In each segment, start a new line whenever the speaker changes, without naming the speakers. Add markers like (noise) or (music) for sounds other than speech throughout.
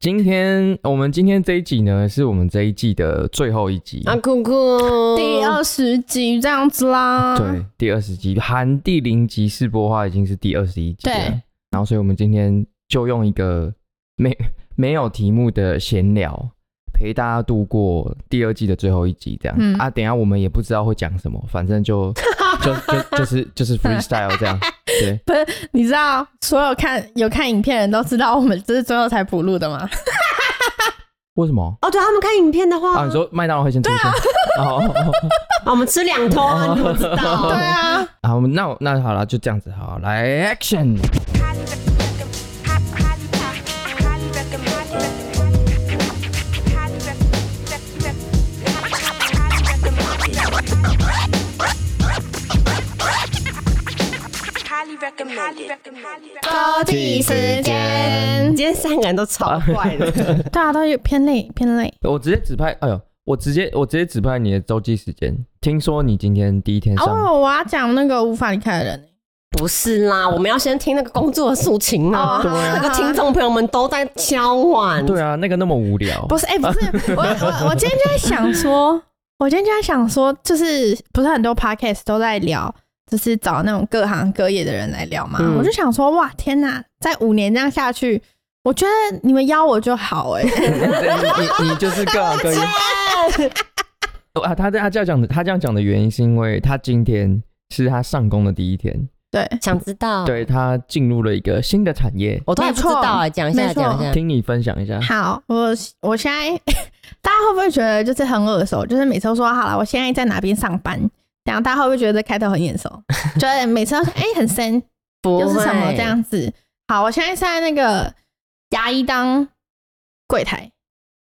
今天我们今天这一集呢，是我们这一季的最后一集，
啊酷酷，
第二十集这样子啦。
对，第二十集，含第零集试播的话，已经是第二十一集了。
对
然后，所以我们今天就用一个没 (laughs) 没有题目的闲聊，陪大家度过第二季的最后一集，这样、
嗯
啊。等一下我们也不知道会讲什么，反正就就就就是就是 freestyle 这样。对，
你知道所有看有看影片的人都知道我们这是最后才补录的吗？
为什么？
哦，对他们看影片的话，
啊，你说麦当劳会先出现？哦哦哦
啊我们吃两头啊，你怎么知
对
道？
啊，
啊，我们那我那好了，就这样子好，来 action。
Highly recommended. Highly recommended.
抽
屉时间
今天三个人都超坏的，
大家都啊有偏累偏累。
我直接指派，哎呦，我直接我直接指派你的周记时间。听说你今天第一天上，
哦，我要讲那个无法离开的人。
不是啦，我们要先听那个工作的诉情啊，
对啊
那个听众朋友们都在敲碗，
对啊，那个那么无聊，
不是，哎、不是，我我我今天就在想说，我今天就在想说，就是不是很多 podcast 都在聊，就是找那种各行各业的人来聊嘛。
嗯
我就想说，哇，天哪，在五年这样下去，我觉得你们邀我就好哎、
(laughs) 你你你就是各行
(laughs)
各业。啊，他他这样讲的，他这样讲的原因是因为他今天是他上工的第一天，
对，
想知
嗯
道？
对他进入了一个新的产业。
我都还不知道哎，讲一下
没错
讲一下，
听你分享一下，
好，我我现在 (laughs) 大家会不会觉得就是很耳熟？就是每次都说好了，我现在在哪边上班，这样大家会不会觉得开头很眼熟？
(laughs)
就是每次都说哎、很深，
不
又是什么
会
这？样子？好，我现在是在那个牙医当柜台，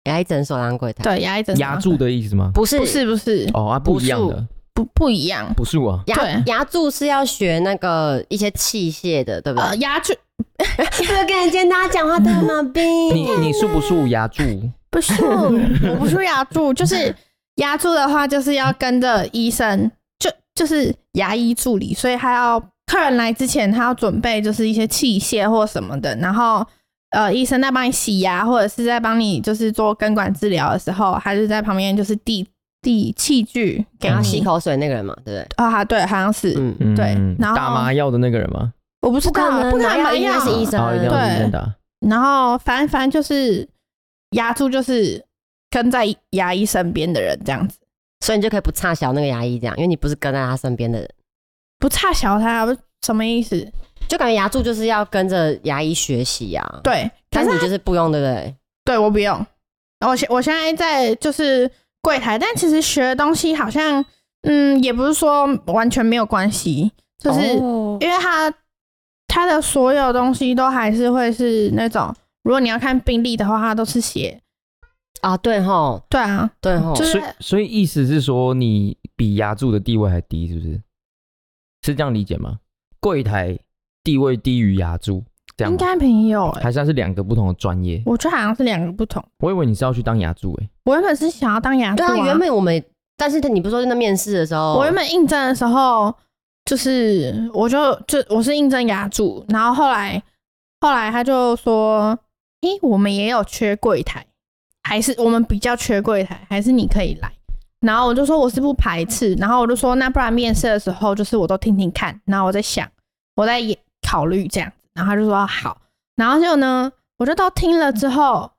牙医诊所当柜台，
对，牙医诊所
牙柱的意思吗？
不是
不是不是
哦啊，不一样的，
不不一样，
不啊是我，
牙
对
牙柱是要学那个一些器械的，对不
呃
对，？
牙柱
这个跟人家大家讲话都毛病，
你你是不是牙柱？
不是，哦我不是牙柱，就是
(laughs)
牙柱的话，就是要跟着医生，就就是牙医助理，所以他要客人来之前，他要准备就是一些器械或什么的，然后呃，医生在帮你洗牙，或者是在帮你就是做根管治疗的时候，他就在旁边就是递递器具给
然后
你
吸口水那个人嘛，对不对？
啊、对，好像是，
嗯，
嗯
对然后
打麻药的那个人吗？
我不知
不可
道，
能，
不可能
哪有
没
应该
有
是医生
哦，一定要
对
认真打。
然后反正反正就是牙柱就是跟在牙医身边的人这样子，
所以你就可以不差小那个牙医这样，因为你不是跟在他身边的人，
不差小他什么意思？
就感觉牙柱就是要跟着牙医学习呀、啊。，
对，可
但是
是
你就是不用，对不对？
对我不用，然后我现我现在在就是柜台，但其实学的东西好像嗯也不是说完全没有关系，就是
哦
因为他他的所有东西都还是会是那种，如果你要看病历的话，他都是写
啊，对吼，
对啊，
对吼，
就是
所以所以意思是说，你比牙柱的地位还低，是不是？是这样理解吗？柜台地位低于牙柱，这样
应
吗
该没有哎、
还是它是两个不同的专业？
我觉得好像是两个不同。
我以为你是要去当牙柱欸诶、
我原本是想要当牙柱、
对啊，原本我们，但是你不是说那面试的时候，
我原本应征的时候，就是我就就我是应征牙柱，然后后来后来他就说，诶、我们也有缺柜台，还是我们比较缺柜台，还是你可以来。然后我就说我是不排斥，然后我就说那不然面试的时候就是我都听听看，然后我在想，我在也考虑这样子，然后他就说好，然后就呢，我就都听了之后，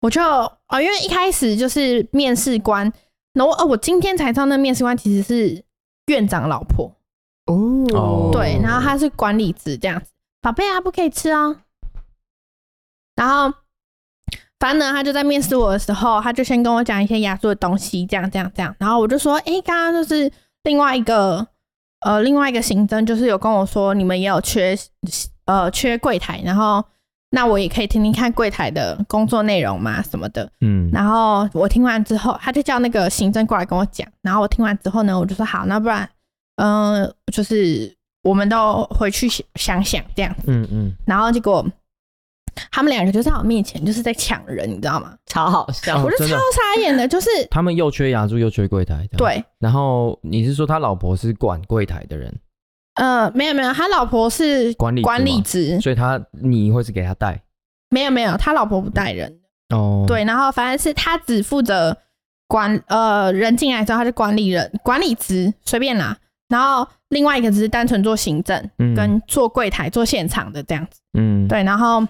我就哦，因为一开始就是面试官，然后哦，我今天才知道那面试官其实是院长老婆，
哦
哦，
对，然后他是管理职这样子，宝贝啊，不可以吃哦。然后，反正呢，他就在面试我的时候，他就先跟我讲一些牙柱的东西，这样这样这样。然后我就说，诶，刚刚就是另外一个呃，另外一个刑侦就是有跟我说，你们也有缺呃缺柜台，然后那我也可以听听看柜台的工作内容嘛什么的。
嗯，
然后我听完之后，他就叫那个行政过来跟我讲。然后我听完之后呢，我就说好，那不然，嗯、就是我们都回去想想这样。
嗯嗯，
然后结果他们两个就在我面前就是在抢人，你知道吗？
超好笑。
哦
我就
真
超
的
傻眼的，就是
他们又缺牙柱又缺柜台，这样。
对，
然后你是说他老婆是管柜台的人，
呃，没有没有，他老婆是
管理
管理
嘛
职，
所以他你会是给他带？
没有没有，他老婆不带人，
哦，
对，然后反正是他只负责管呃人进来之后，他是管理人管理职随便啦，然后另外一个只是单纯做行政
嗯
跟做柜台做现场的这样子，
嗯，
对，然后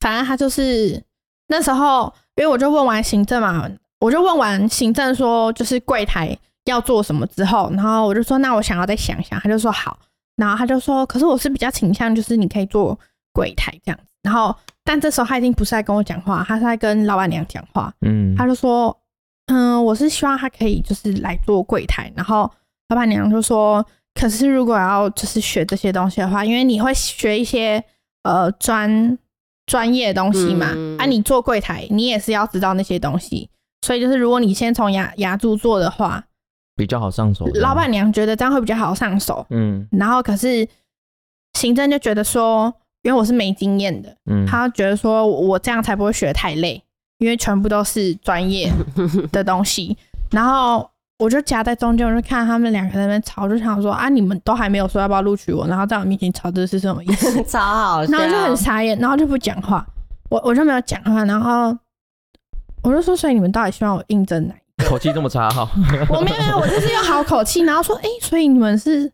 反正他就是那时候，因为我就问完行政嘛，我就问完行政说就是柜台要做什么之后，然后我就说那我想要再想想，他就说好，然后他就说可是我是比较倾向就是你可以做柜台这样子，然后但这时候他已经不是在跟我讲话，他是在跟老板娘讲话，
嗯，
他就说，嗯，我是希望他可以就是来做柜台，然后老板娘就说，可是如果要就是学这些东西的话，因为你会学一些呃专专业的东西嘛，
嗯
啊，你做柜台你也是要知道那些东西，所以就是如果你先从牙牙柱做的话，
比较好上手。
老板，娘觉得这样会比较好上手，
嗯
然后可是行政就觉得说，因为我是没经验的，
嗯，
他觉得说我这样才不会学得太累，因为全部都是专业的东西。然后我就夹在中间，我就看他们两个在那边吵，我就想说啊，你们都还没有说要不要录取我，然后在我面前吵，这是什么意思？
(laughs) 超好笑，
然后就很傻眼，然后就不讲话，我我就没有讲话，然后我就说，所以你们到底希望我应征哪一
口气这么差哈，
个？我没有没有，我就是用好口气，然后说，哎、所以你们是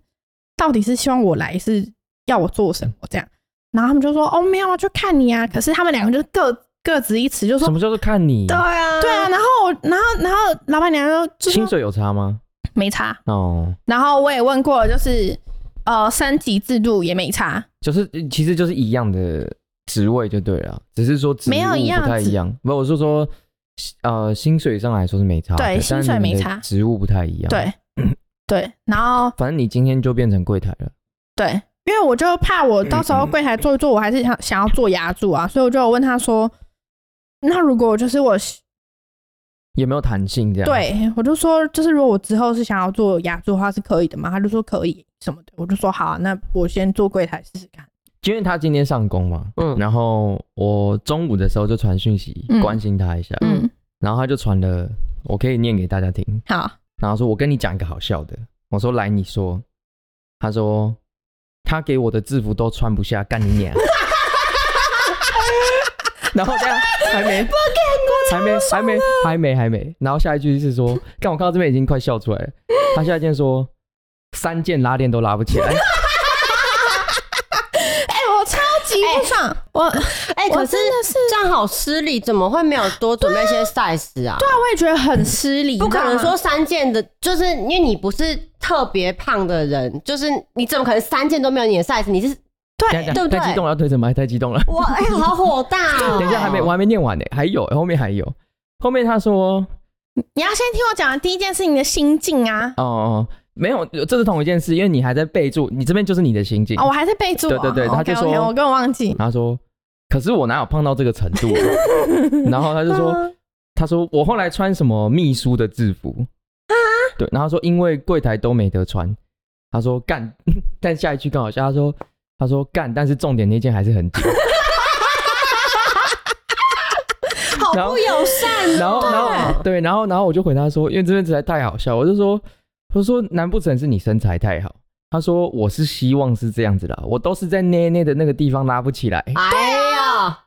到底是希望我来是要我做什么这样？然后他们就说，哦，没有啊，就看你啊。可是他们两个就是各各执一词，就说
什么叫做看你？
对啊，
对啊，然后我，然后然后老板娘就就
薪
说
水有差吗？
没差，
哦，
然后我也问过了，就是呃升级制度也没差，
就是呃其实就是一样的职位就对了，只是说职务
没有一样
不太一样。不，我是说呃薪水上来说是没差的，
对薪水
但是你
没
的
差
职务不太一样。，
对对，然后
反正你今天就变成柜台了。
对，因为我就怕我到
嗯
时候柜台做一做，我还是想想要做牙柱啊，所以我就有问他说，那如果就是我
也没有弹性这样。，
对我就说，就是如果我之后是想要做牙柱的话是可以的嘛，他就说可以什么的，我就说好啊、那我先做柜台试试看，
因为他今天上工嘛，
嗯
然后我中午的时候就传讯息
嗯
关心他一下，
嗯，
然后他就传了，我可以念给大家听，
好，
然后说我跟你讲一个好笑的，我说来你说，他说他给我的制服都穿不下，干你娘！ (laughs) 然后这样还没，还没，还没，还没，还没。然后下一句是说，看我看到这边已经快笑出来了。他下一件说，三件拉链都拉不起来。
哎、我超级不爽，我
哎，
我
可是
真的是
这样好失礼，怎么会没有多准备一些 size 啊？
我也觉得很失礼，
不可
你
能
知道
说
吗
三件的，就是因为你不是特别胖的人，就是你怎么可能三件都没有你的 size？你是
等一下
对不对
太激动了，要推什么？太激动了。
我 (laughs) 哎、好火大、哦！
等一下还没，我还没念完呢，还有后面还有，后面他说，
你要先听我讲的第一件事情的心境啊。
哦哦，没有，这是同一件事，因为你还在备注，你这边就是你的心境。
哦，我还是备注、哦。
对对对
OK，
他就说
OK，我根本忘记。
然后他说，可是我哪有胖到这个程度、啊？ (laughs) 然后他就
嗯
说，
嗯
他说我后来穿什么秘书的制服啊？对，然后他说因为柜台都没得穿，他说干， (laughs) 但下一句更好笑，他说他说干，但是重点那件还是很紧。
(laughs) 好
然后
不友善哦、
然后，然后，对，然后，然后我就回他说，因为这边实在太好笑，我就说，我说，难不成是你身材太好？他说我是希望是这样子啦，啊我都是在捏捏的那个地方拉不起来。
哎呀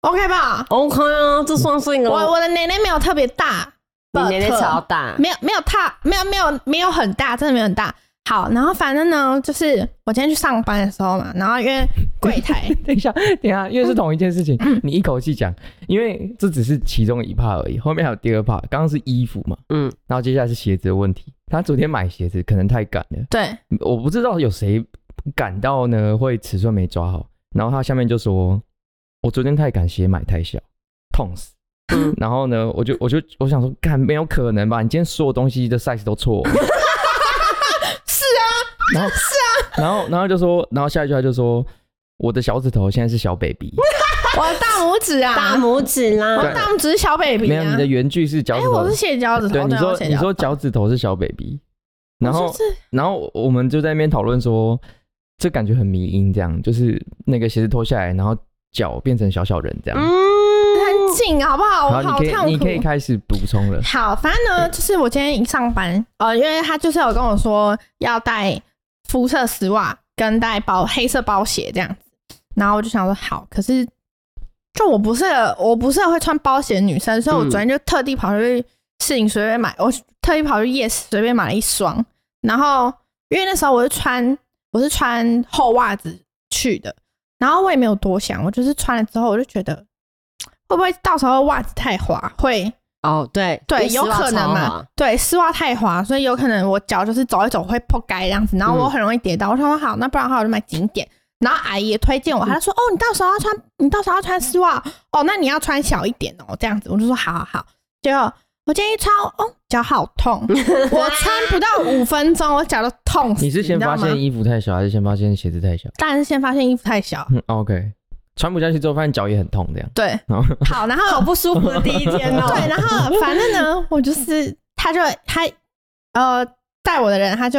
OK 吧？
，OK 啊，这算是一
嗯
个
我我的奶奶没有特别大，
你年龄
but-
超大，
没有没有大，没有没有没有很大，真的没有很大。好，然后反正呢，就是我今天去上班的时候嘛，然后因为柜
(laughs)
台
等一下，等一下，因为是同一件事情，你一口气讲，因为这只是其中一 part 而已，后面还有第二 part。刚刚是衣服嘛，
嗯，
然后接下来是鞋子的问题。他昨天买鞋子可能太赶了，
对
我不知道有谁赶到呢，会尺寸没抓好。然后他下面就说：“我昨天太赶，鞋买太小，痛死。”
嗯
然后呢，我就我就我想说，干没有可能吧？你今天所有东西的 size 都错、
(laughs) 是啊，
然后是啊，然后然后就说，然后下一句他就说：“我的小指头现在是小 baby。”
我的大拇指啊，
大拇指
我
啦
对，
的大拇指是小 baby
没有，
啊
你。的原句是脚
哎、
趾头。
我是斜脚趾头，
对，你
对啊我
说
是斜
你
脚
说
趾头
脚趾头是小 baby，然
我
后
就是
然后我们就在那边讨论说，这感觉很迷因，这样就是那个鞋子脱下来，然后脚变成小小人这样。
嗯
很紧，好不好？我
好，你
嗯好
可
痛苦。
以你可以开始补充
(laughs)
了。
好，反正呢，就是我今天一上班，呃，因为他就是有跟我说要带肤色丝袜跟带包黑色包鞋这样子，然后我就想说好，可是就我不是我不是会穿包鞋的女生，所以我昨天就特地跑去市营随便买，我特地跑去夜市随便买了一双，然后因为那时候我是穿我是穿厚袜子去的，然后我也没有多想，我就是穿了之后我就觉得会不会到时候袜子太滑会。
哦，对
对，有可能嘛
嘛？？
对，丝袜太滑，所以有可能我脚就是走一走会破盖这样子，然后
嗯
我很容易跌倒。我想说好，那不然的话我就买紧一点。然后阿姨也推荐我，她就说：“哦，你到时候要穿，你到时候要穿丝袜哦，那你要穿小一点哦，这样子。”我就说：“好好好。”结果我今天一穿，哦，脚好
(laughs)
痛，我穿不到五分钟，我脚都痛死。
你是先
知道
发
吗
现？衣服太小，还是先发现鞋子太小？
当然是先发现衣服太小。
嗯，OK，穿不下去之后发现脚也很痛，这样。
对，
然后
好，然
(laughs)
后
好不舒服的第一天 (laughs) 哦。
对，然后反正呢，我就是他就他呃带我的人，他就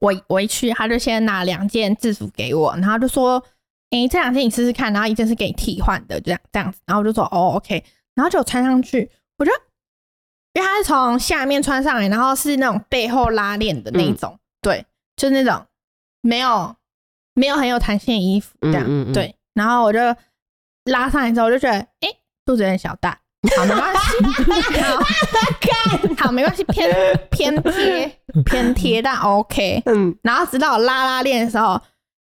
我我一去，他就先拿两件制服给我，然后就说：“诶、这两件你试试看，然后一件是给你替换的，这样这样子。”然后我就说：“哦，OK。”然后就穿上去，我就因为他是从下面穿上来，然后是那种背后拉链的那
嗯
一种，对，就是那种没有没有很有弹性的衣服这样，
嗯嗯嗯
对。然后我就拉上来之后，我就觉得，诶，肚子有点小大，好，没关系， (laughs) 好，好，没关系，偏偏贴偏贴，但 OK。
嗯，
然后直到我拉拉链的时候，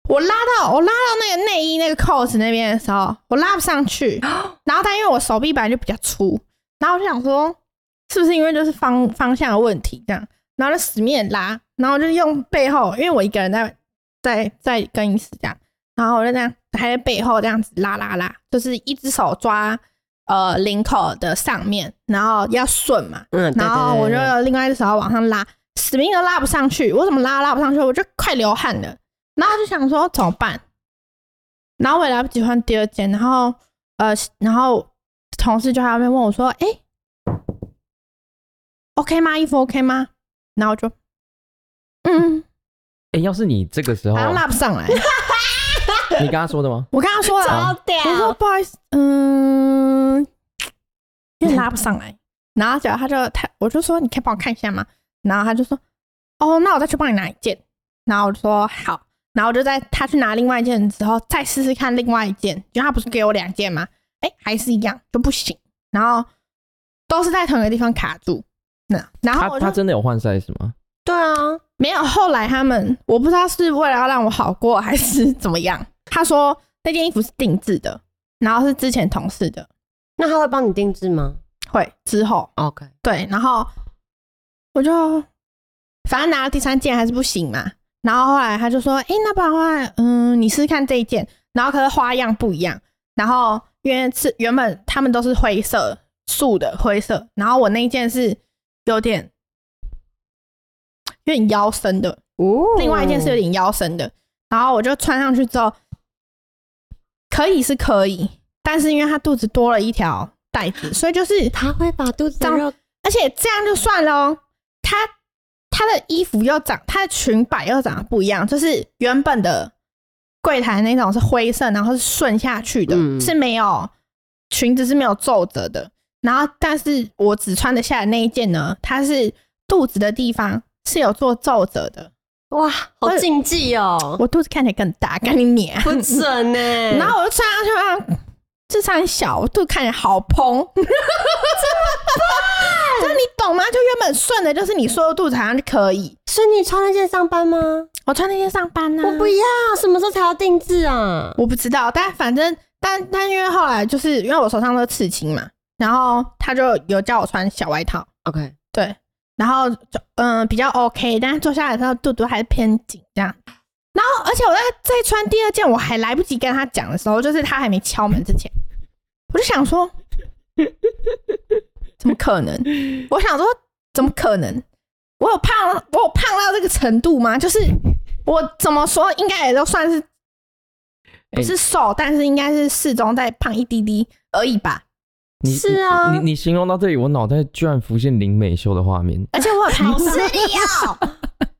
我拉到我拉到那个内衣那个扣子那边的时候，我拉不上去。然后但因为我手臂本来就比较粗，然后我就想说，是不是因为就是方方向的问题这样？然后就死命拉，然后就用背后，因为我一个人在在在更衣室这样，然后我就这样还在背后这样子拉拉拉，就是一只手抓呃领口的上面，然后要顺嘛，
嗯，对
然后我就
对对对
另外一只手要往上拉，死命的拉不上去，我怎么拉都拉不上去，我就快流汗了，然后就想说怎么办，然后我也来不及换第二件，然后呃，然后同事就在那边问我说，哎、o k 吗？衣服 OK 吗？然后我就嗯，
哎、要是你这个时候
好，像拉不上来，
你跟他说的吗？
我跟
(laughs)
他说了，
超
我说
屌，
不好意思，嗯，因为拉不上来，然后结果他就他我就说你可以帮我看一下吗？然后他就说哦，那我再去帮你拿一件。然后我就说好，然后我就在他去拿另外一件之后再试试看另外一件，就他不是给我两件吗？哎，还是一样就不行，然后都是在同一个地方卡住。那然后
他
我就
他真的有换 size 吗？
对啊，
没有，后来他们我不知道是为了要让我好过还是 (laughs) 怎么样，他说那件衣服是定制的，然后是之前同事的，
那他会帮你定制吗
会之后
？OK，
对，然后我就反正拿了第三件还是不行嘛，然后后来他就说，诶，那不然的话，嗯，你试试看这一件，然后可是花样不一样，然后因为是原本他们都是灰色素的灰色，然后我那一件是有点有点腰身的，
哦，
另外一件是有点腰身的，然后我就穿上去之后，可以是可以，但是因为它肚子多了一条带子，所以就是，
他会把肚子的肉
而且这样就算了哦，它它的衣服又长，它的裙摆又长得不一样，就是原本的柜台那种是灰色，然后是顺下去的，
嗯
是没有裙子是没有皱褶的，然后但是我只穿得下的那一件呢，它是肚子的地方是有做皱褶的。
哇，好禁忌哦，
我肚子看起来更大，赶紧啊
(laughs)
撵。
不 (laughs) 准呢。
然后我就穿上去，啊，这穿小，我肚子看起来好蓬。 (laughs) 这你懂吗？就原本顺的，就是你说的肚子好像就可以。
所以你穿那件上班吗？
我穿那天上班呢、
我不要，什么时候才要定制啊？
我不知道，但反正但但因为后来就是因为我手上都是刺青嘛，然后他就有叫我穿小外套，
OK，
对，然后就嗯比较 OK，但是坐下来之后肚肚还是偏紧这样。然后而且我在在穿第二件，我还来不及跟他讲的时候，就是他还没敲门之前，我就想说，怎么可能？我想说，怎么可能？我有胖，我有胖到这个程度吗？就是我怎么说，应该也都算是不是瘦，但是应该是适中，再胖一滴滴而已吧。
你
是啊
你你你形容到这里，我脑袋居然浮现林美秀的画面。
而且我有拍
好
照
吃，力 (laughs) 哦。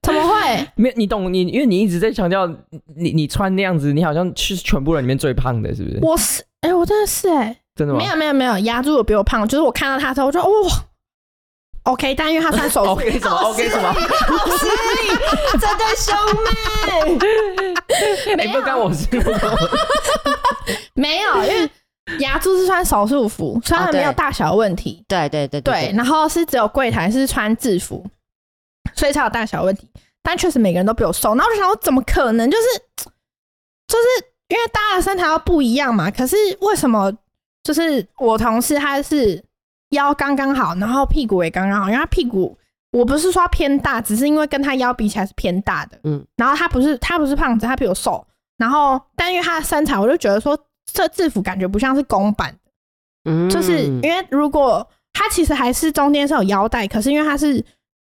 怎么会？
(laughs) 没有，你懂你，因为你一直在强调你你穿那样子，你好像是全部人里面最胖的，是不是？
我是，哎、我真的是哎、
真的吗？
没有没有没有，压住我比我胖，就是我看到他之后，我就哇，OK，但因为他
(laughs)
穿手
OK 什么
哦
OK 什么？
这对兄
(laughs)
妹，
哎，不干我事。
没有，因为牙柱是穿手术服，虽
哦
然
对
没有大小问题，
对对对
对，，然后是只有柜台是穿制服，所以才有大小问题。但确实每个人都比我瘦，然后我就想说，怎么可能？就是就是因为大家的身材都不一样嘛。可是为什么就是我同事他是腰刚刚好，然后屁股也刚刚好，因为他屁股我不是说偏大，只是因为跟他腰比起来是偏大的。
嗯
嗯，然后他不是他不是胖子，他比我瘦，然后但因为他的身材，我就觉得说这制服感觉不像是公版。
嗯
就是因为如果它其实还是中间是有腰带，可是因为它是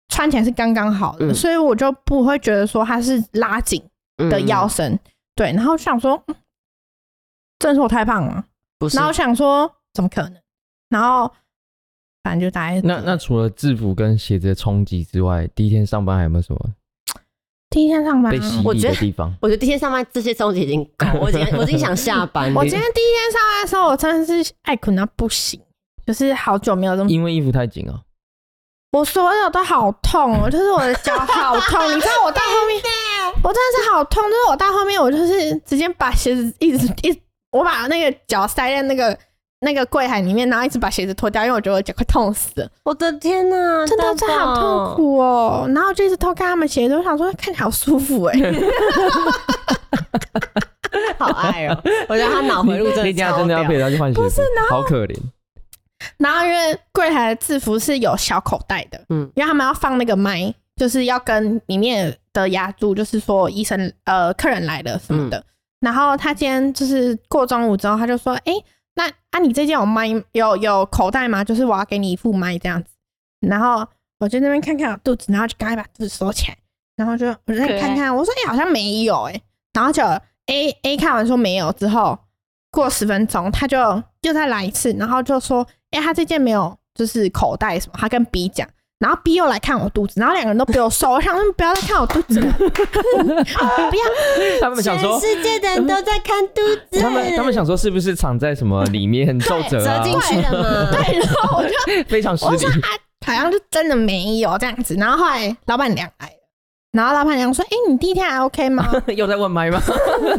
穿起来是刚刚好的，
嗯
所以我就不会觉得说它是拉紧的
嗯
腰，身。对，然后想说，嗯真的是我太胖了吗，
不是
然后想说怎么可能？然后反正就大概
(laughs) 那那除了制服跟鞋子的冲击之外，第一天上班还有没有什么
第一天上班
被
啊、
洗
嗯我
礼
觉
的
得
地方？
我觉得第一天上班这些东西已经够，我已经我已经想下班了。
我今天第一天上班的时候，我真的是爱困到不行，就是好久没有
嗯
这么
因为衣服太紧啊，
我所有都好痛哦，就是我的脚好痛。你知道我到后面，我真的是好痛，就是我到后面我就是直接把鞋子一直一直，我把那个脚塞在那个那个柜台里面，然后一直把鞋子脱掉，因为我觉得我脚快痛死了，
我的天哪，
真的这好痛
苦。
苦哦。然后就一直偷看他们鞋子，我想说看起来好舒服哎、
好爱哦！我觉得他脑
你
回路 (laughs) 真
你等
的
下
超
真的要
屌
陪他去换鞋子，好可怜。
然后因为柜台的制服是有小口袋的，
嗯
嗯，因为他们要放那个麦，就是要跟里面的牙柱，就是说医生呃客人来了什么的。然后他今天就是过中午之后，他就说：“哎、那啊你这件有麦有有口袋吗？就是我要给你一副麦这样子。”然后我就那边看看我肚子，然后就赶快把肚子收起来，然后就我就再看看，我说：“哎、好像没有哎、然后就 A A 看完说没有之后，过十分钟他就又再来一次，然后就说：“哎、他这件没有，就是口袋什么。”他跟 B 讲，然后 B 又来看我肚子，然后两个人都比我瘦，我想他们不要再看我肚子了， (laughs) 哦不要。
他们想说，
世界的人都在看肚子
他们他们想说是不是藏在什么里面皱褶
折 (laughs)
啊？
进去了嘛？
对，然后我就
(laughs) 非常失
我
礼
说。啊，好像就真的没有这样子。然后后来老板娘来了，然后老板娘说：“哎、你第一天还 OK 吗
又在问麦
(laughs)
吗？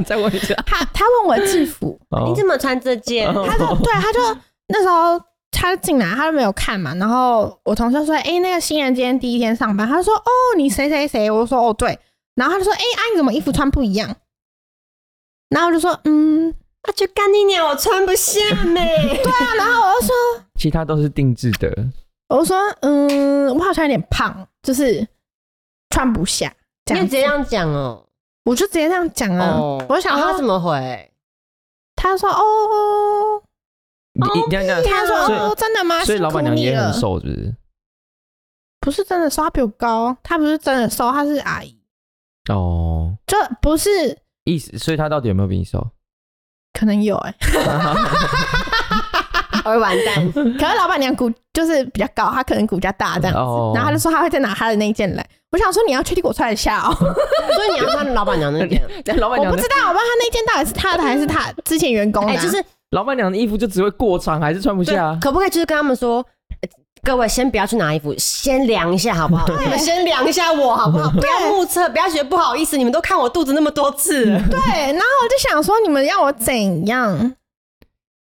再问一下。？”
他他问我制服，
哦
你怎么穿这件？
哦
他就
(laughs)
对啊他就那时候他进来，他就没有看嘛。然后我同事说：“哎、那个新人今天第一天上班。”他就说：“哦，你谁谁谁？”我就说：“哦，对。”然后他就说：“哎、啊，你怎么衣服穿不一样？”然后我就说：“嗯，
他就干你娘，我穿不下 (laughs) 呢。
对啊。”然后我就说。
其他都是定制的，
我说，哦嗯，我好像有点胖，就是穿不下。这
你也直
样子
接这样讲哦。
我就直接这样讲啊。
哦，
我想
啊
说
他怎么回？
他说，哦，
你你这样这
啊
样
他说，
所以
哦，真的吗？
所以
辛
老
苦
板娘
你
也
了
很，瘦，是不是？
哦不是真的瘦，他比我高，他不是真的瘦，他是阿姨，
哦，
就不是
意思，所以她到底有没有比
(laughs)
你瘦？哦
可能有哎、 (laughs)
我会哦完蛋。
(laughs)
可是老板娘骨就是比较高，她可能骨架大这样子，
哦
然后她就说她会再拿她的那一件来。我想说你要确定我穿得下哦，
所以你要穿老板娘那件。
(laughs) 老板
(laughs) 我
娘
不
的
知道，我不知道她那件到底是她的还是她之前员
哦
工的啊、
哎，就是
老板娘的衣服就只会过长，还是穿不
对
下啊，？
可不可以就是跟他们说，呃各位先不要去拿衣服，先量一下好不好？你们先量一下我好不好？不要目测，不要觉得不好意思，你们都看我肚子那么多次了，
嗯
对，然后我就想说，你们要我怎样？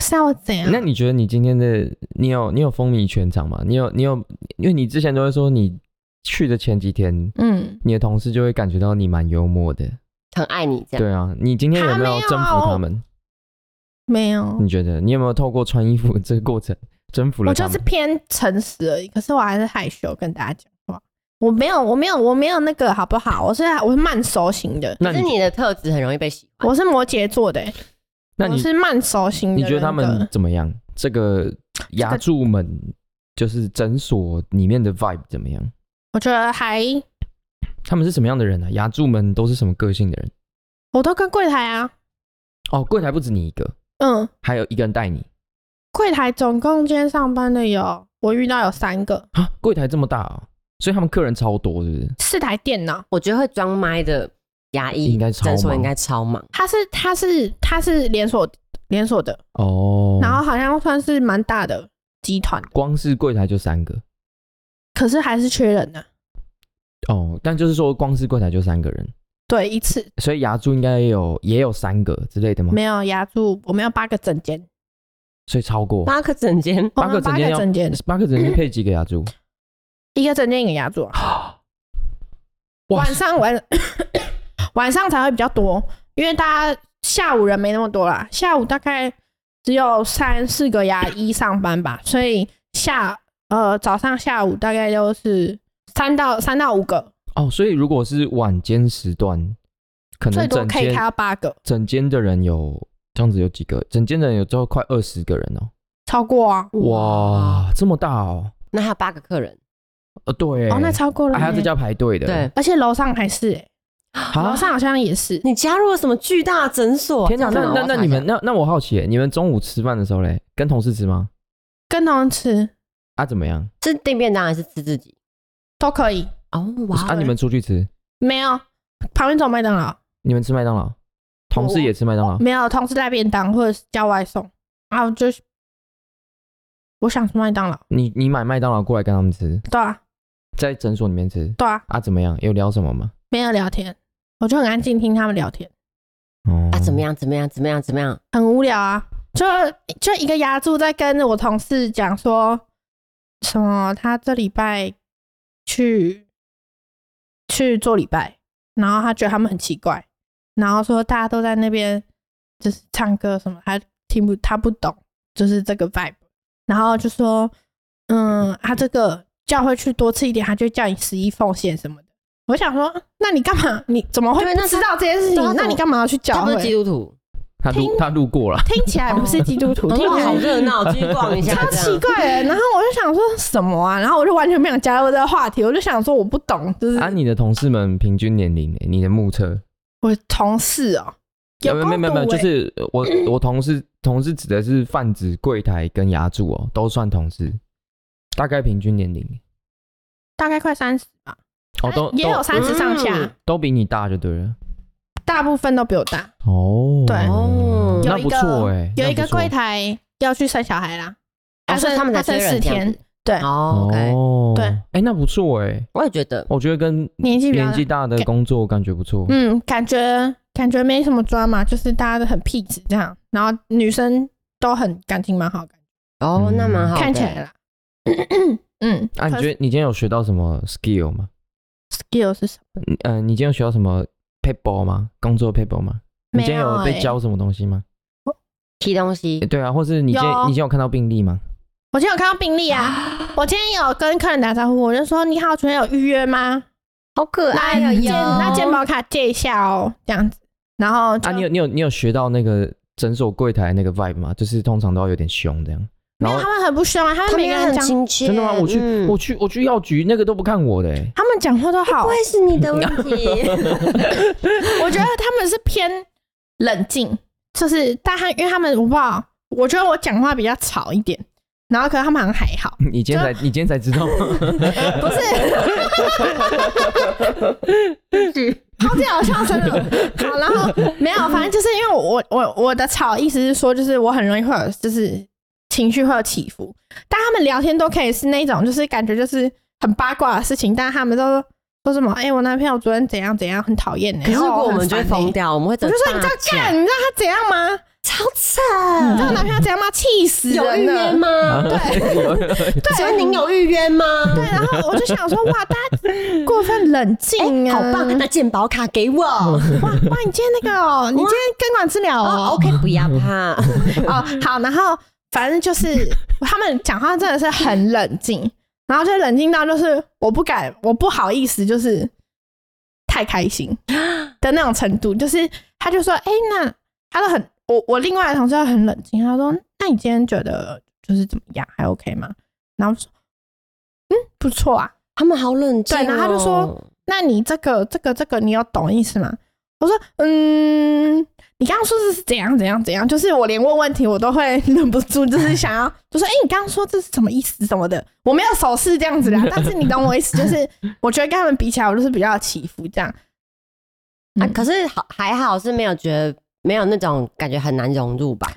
是要我怎样？
那你觉得你今天的你有你有风靡全场吗？你有你有，因为你之前都会说你去的前几天，
嗯，
你的同事就会感觉到你蛮幽默的。
很爱你这样。
对啊，你今天有没有
他没有
征服他们？
没有，
你觉得你有没有透过穿衣服这个过程征服了
我
他
就是
们？
偏诚实而已。可是我还是害羞跟大家讲话，我没有，我没有，我没有那个好不好？我是我是慢熟型的，嗯
那
可是
你
你的特质很容易被喜欢。
我是摩羯座的、欸
那
我
你
是慢熟型的、
你觉得他们？怎么样？这个牙柱们就是诊所里面的 vibe 怎么样？
我觉得还，
他们是什么样的人呢、啊？牙柱们都是什么个性的人？
我都跟柜台啊，
哦，柜台不止你一个，
嗯，
还有一个人带你
柜台总共今天上班的有，我遇到有三个，
啊！柜台这么大、哦，所以他们客人超多，是不是？
四台电脑。
我觉得会装麦的牙医
应该超忙
诊所应该超忙，
它是它是它是连锁连锁的，
哦，
然后好像算是蛮大的集团，
光是柜台就三个
可是还是缺人呢、啊
哦，但就是说光是柜台就三个人，
对，一次
所以牙柱应该也有也有三个之类的吗？
没有压住，我们要八个整间，
所以超过
八个整间，
八个整间
我们八
要
个整间，
八个整间配几个牙
(clears throat)
柱？
一个整间一个牙柱啊。
哇
晚上晚 (coughs) 晚上才会比较多，因为大家下午人没那么多啦，下午大概只有三四个牙医上班吧，所以下呃早上下午大概就是三到三到五个，
哦，所以如果是晚间时段，可
最
能
多
整
可以
间
开到八个，
整间的人有这样子有几个？整间的人有之后快二十个人哦，
超过啊，
哇，这么大哦，
那还有八个客人，
呃，对，
哦那超过了
啊
耶、
还要在家排队的，
对，
而且楼上还是、欸，楼
啊，
上好像也是，
你加入了什么巨大的诊所？
天哪，
这
那
样子
那
吗
那你们那那我好奇耶，你们中午吃饭的时候嘞，跟同事吃吗？
跟同人吃
啊，怎么样？
是订便当还是吃自己？
都可以，
哦，
不是啊，你们出去吃，
没有旁边走麦当劳，
你们吃麦当劳，同事也吃麦当劳，
没有同事带便当或者是叫外送，然后就是我想吃麦当劳，
你你买麦当劳过来跟他们吃，
对啊
在诊所里面吃
对啊，
啊，怎么样？有聊什么吗？
没有聊天，我就很安静听他们聊天，
哦，
啊，怎么？样？怎么样？怎么样？怎么样？
很无聊啊，就就一个牙柱在跟我同事讲说什么，他这礼拜去去做礼拜，然后他觉得他们很奇怪，然后说大家都在那边就是唱歌什么，他听不他不懂，就是这个 vibe，然后就说嗯，他这个教会去多吃一点，他就叫你十一奉献什么的。我想说，那你干嘛？你怎么会
对
不
那
知
他
道这件事
对他
情？
怎
那
么
你干嘛要去教
他不
会
是？基督徒，
他路
听
他路过了，
听起来不是基督徒，
哦
听
哇，
起
好
来
热
(laughs)
闹，去逛一下，
超
这样
奇怪的。然后我就想说什么啊，然后我就完全不想加入这个话题，我就想说我不懂，就是
嗯
啊，你的同事们平均年龄、欸，你的目测？
我同事哦、有
没有没有没有，
高度
就
欸
是呃
(clears throat)
我我同事同事指的是泛指柜台跟牙柱哦，都算同事，大概平均年龄
大概快三十吧，
啊
哦，都
也有
都
三十上下，
嗯
都比你大就对了
大部分都比我大。
哦，
对
哦
那
有一
不
个
错哎，
有一
那
个
不错
柜台要去生小孩啦，
哦
他
所以
生
他们才
他生
缺人
四
这样
天
子，
对，
哦，OK，
哦，
对
哎，那不错哎，
我也觉得
我觉得跟
年纪比较
年
大
纪大的工作感觉不错，
嗯，感觉感觉没什么抓嘛，就是大家都很 peace 这样，然后女生都很感情蛮好的，
嗯
哦，那蛮好的，
看起来啦。嗯，
啊，你
可
觉
是
得你今天有学到什么 skill 吗？
skill 是什么？
嗯、呃你今天有学到什么 paper 吗？工作 paper 吗？你今天有
没有
被
欸
教什么东西吗？
提东
欸
西，
对啊，或是你今天
有
你今天有看到病例吗？
我今天有看到病例啊，我今天有跟客人打招呼，我就说你好，请问有预约吗？
好可爱呀，
健啊那健保卡借一下哦，这样子。然后就
啊，你有你有你有学到那个诊所柜台那个 vibe 吗？就是通常都要有点凶这样。
没
然
有
后
他们很不凶啊，他
他
们
们
每
也
个
很
人讲，
亲切，
真的吗？我去、
嗯
我去我去药局那个都不看我的、欸，
他们讲话都好
不，会是你的问题，
(laughs) 我觉得他们是偏冷静，就是但他因为他们我不知道，我觉得我讲话比较吵一点，然后可能他们好像还好，
你今天才你今天才知道吗？
(laughs)
(laughs)
不是，好屌笑声了。好，然后没有，反正就是因为我我我的吵意思是说，就是我很容易会有就是情绪会有起伏，但他们聊天都可以是那种就是感觉就是很八卦的事情，但他们都说什么哎、我男朋友昨天怎样怎样，很讨厌呢。
可是如
然后
果我
很
们就
(laughs)
会
烦欸
疯。掉，我们会
我
整
就说
大
你知道
架
干，你知道他怎样吗？
超
你知
扯，
道我男朋友怎样吗？气死
嗯有预
人
约
了！
吗？
对，
请问您有预约吗？
对，然后我就想说，哇，大家过分冷静
哎，
啊，
好棒，那健保卡给我。
哇哇，你今天那个哦，你今天根管治疗
哦
哦，
，OK，不要怕，
哦好，然后反正就是他们讲话真的是很冷静，然后就冷静到就是我不敢，我不好意思，就是太开心的那种程度，就是他就说，哎、那他都很，我我另外的同事就很冷静，他说，那你今天觉得就是怎么样，还 OK 吗？然后我说，嗯，不错啊，
(laughs) 他们好冷静哦。
(laughs) 对然后他就说那你这个这个这个，你有懂意思吗？我说，嗯，你刚刚说这是怎样怎样怎样，就是我连问问题我都会忍不住，就是想要 (laughs) 就说，哎、你刚刚说这是什么意思什么的，我没有手势这样子
(laughs)
啦，但是你懂我意思，就是我觉得跟他们比起来，我就是比较起伏这样。
啊，
嗯
可是好还好是没有觉得没有那种感觉很难融入吧，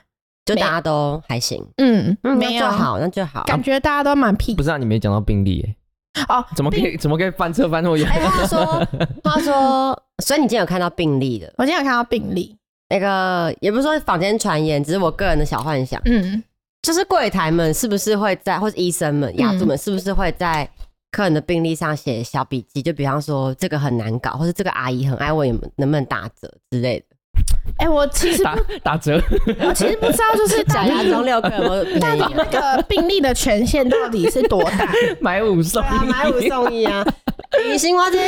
就
没
大家都还行，
嗯，
嗯
没
那
有
就，好，那就好。
感觉大家都蛮屁
不是啊，你没讲到病例、欸，
哦，
怎么可以怎么可以翻车翻那么远？
哎，他 (laughs) 说，他说，所以你今天有看到病例的
我今天有看到病例，
那个，也不是说坊间传言，只是我个人的小幻想。
嗯，
就是柜台们是不是会在，或者医生们、牙助们是不是会在客人的病历上写小笔记？就比方说这个很难搞，或者这个阿姨很爱问你们能不能打折之类的。
哎、我其实
打 (laughs) 打
(laughs)
折，
我其实不知道，就是
假
到
牙
底
中六个有没有 (laughs)
到
便宜
底
啊？
那个病例的权限到底是多大？
买五送
对啊，
一，
买五送一 (laughs) 啊！你行我这